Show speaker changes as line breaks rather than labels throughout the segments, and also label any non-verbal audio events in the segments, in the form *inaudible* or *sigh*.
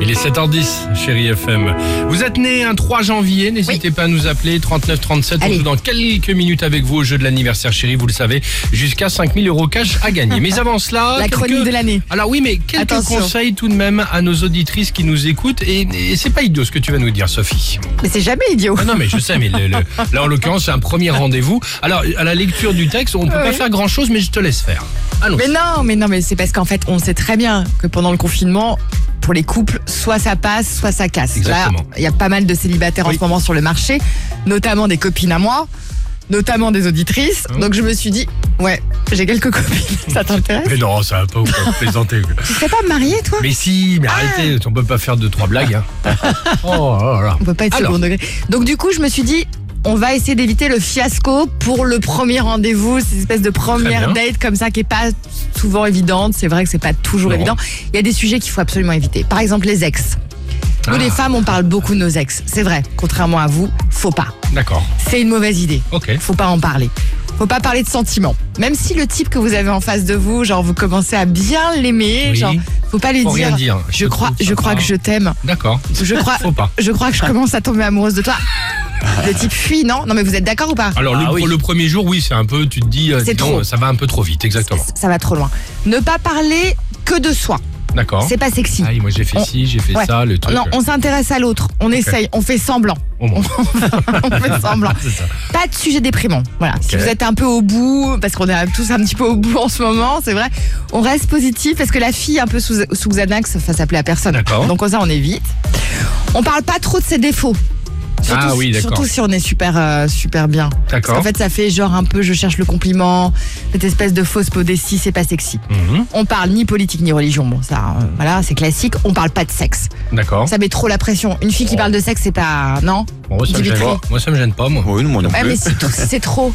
7h10, chérie FM. Vous êtes né un 3 janvier, n'hésitez pas à nous appeler 3937. On
Allez.
joue dans quelques minutes avec vous au jeu de l'anniversaire, chérie, vous le savez, jusqu'à 5000 euros cash à gagner. Mais avant cela,
La chronique de l'année.
Alors oui, mais quelques
Attention.
conseils tout de même à nos auditrices qui nous écoutent. Et, et c'est pas idiot ce que tu vas nous dire, Sophie.
Mais c'est jamais idiot.
Ah non, mais je sais, mais le- le- là, en l'occurrence, c'est un premier rendez-vous. Alors, à la lecture du texte, on peut pas
Ouais.
faire grand-chose, mais je te laisse faire. Allons.
Ah Mais non, mais non, mais c'est parce qu'en fait, on sait très bien que pendant le confinement, pour les couples, soit ça passe, soit ça casse.
Exactement.
Là, il y a pas mal de célibataires
Oui.
en ce moment sur le marché, notamment des copines à moi, notamment des auditrices.
Hein
Donc je me suis dit, ouais, j'ai quelques *laughs* copines, ça t'intéresse
Mais non, ça va pas vous faire plaisanter. quoi.
Tu serais pas marié, toi
Mais si, mais arrêtez,
Ah.
on peut pas faire deux, trois blagues. hein.
*laughs*
Oh là là.
On peut pas être
Alors.
second degré. Donc du coup, je me suis dit, on va essayer d'éviter le fiasco pour le premier rendez-vous, cette espèce de première
bien.
date comme ça qui est pas souvent évidente. C'est vrai que c'est pas toujours
Non.
évident. Il y a des sujets qu'il faut absolument éviter. Par exemple, les ex. Nous
Ah.
les femmes, on parle beaucoup de nos ex. C'est vrai. Contrairement à vous, faut pas.
D'accord,
C'est une mauvaise idée.
ok.
Faut pas en parler. Faut pas parler de sentiments. Même si le type que vous avez en face de vous, genre vous commencez à bien l'aimer,
Oui.
genre faut pas lui
Faut
dire.
rien dire. Je
Je
te
crois,
trouve
je
sympa.
crois que je t'aime.
D'accord. *laughs*
Je crois,
Faut pas.
je crois que je commence à tomber amoureuse de toi. Le type fuit, non Non, mais vous êtes d'accord ou pas
Alors, le, le premier jour, oui, c'est un peu, tu te dis, euh,
Ah C'est
dis donc,
trop.
ça va un peu trop vite, exactement.
Ça va trop loin. Ne pas parler que de soi.
D'accord.
C'est pas sexy.
Ah, moi, j'ai fait
On-
ci, j'ai fait
Ouais.
ça, le truc.
Non, on s'intéresse à l'autre. On essaye. On fait semblant.
Au moins.
On
*laughs*
fait semblant.
C'est ça.
Pas de sujet déprimant. Voilà. Si
Ok.
vous êtes un peu au bout, parce qu'on est tous un petit peu au bout en ce moment, c'est vrai. On reste positif parce que la fille un peu sous, sous Xanax, ça fait s'appeler à personne.
D'accord.
Donc comme ça, on évite. On parle pas trop de ses défauts. Surtout,
Ah oui, d'accord.
surtout si on est super, euh, super bien. Parce
D'accord.
qu'en fait, ça fait genre un peu je cherche le compliment, cette espèce de fausse modestie, c'est pas sexy.
Mhm.
On parle ni politique ni religion, bon, ça, euh, voilà, c'est classique. On parle pas de sexe.
D'accord.
Ça met trop la pression. Une fille qui
Oh.
parle de sexe, c'est pas. Non
Bon, ça me gêne
Dimitri.
pas. Moi, ça me gêne pas, moi.
Oui, non, moi non
Ouais,
plus.
mais c'est tout- c'est trop.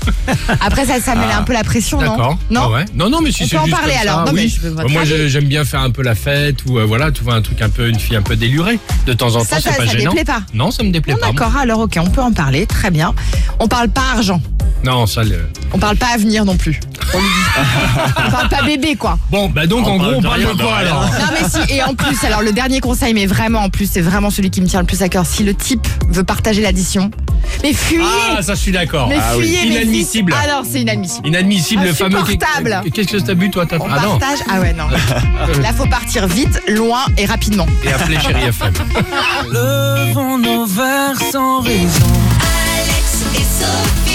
Après, ça, ça met un peu la pression, non
Ah. D'accord.
Non
Ah ouais. Non, non, mais si
On
c'est
peut en
juste
parler,
comme ça,
alors. Non, mais
oui.
je veux votre
Moi,
avis.
je- j'aime bien faire un peu la fête ou euh, voilà, tu vois un truc un peu une fille un peu délurée de temps en temps.
Ça,
c'est
ça-
pas
ça
gênant.
déplaît pas.
Non, ça me déplaît
Non,
pas. moi.
d'accord, alors ok, on peut en parler, très bien. On parle pas argent.
Non, ça. le-
On parle pas avenir non plus. On, lui dit- on parle pas bébé, quoi.
Bon, bah donc en gros, on parle de quoi alors
Non mais si, et en plus, alors le dernier conseil, mais vraiment en plus, c'est vraiment celui qui me tient le plus à cœur. Si le type veut partager l'addition, mais fuyez
Ah, ça, je suis d'accord.
Mais
Ah oui.
fuyez mais
Inadmissible.
si- Alors c'est inadmissible.
Inadmissible, le fameux.
Insupportable.
Qu'est-ce que t'as bu, toi t'as-
On
Ah non.
partage. Ah ouais non. Là faut partir vite, loin et rapidement.
*laughs* Et appelez chérie FM.
Levons nos verres sans raison.
Alex et Sophie.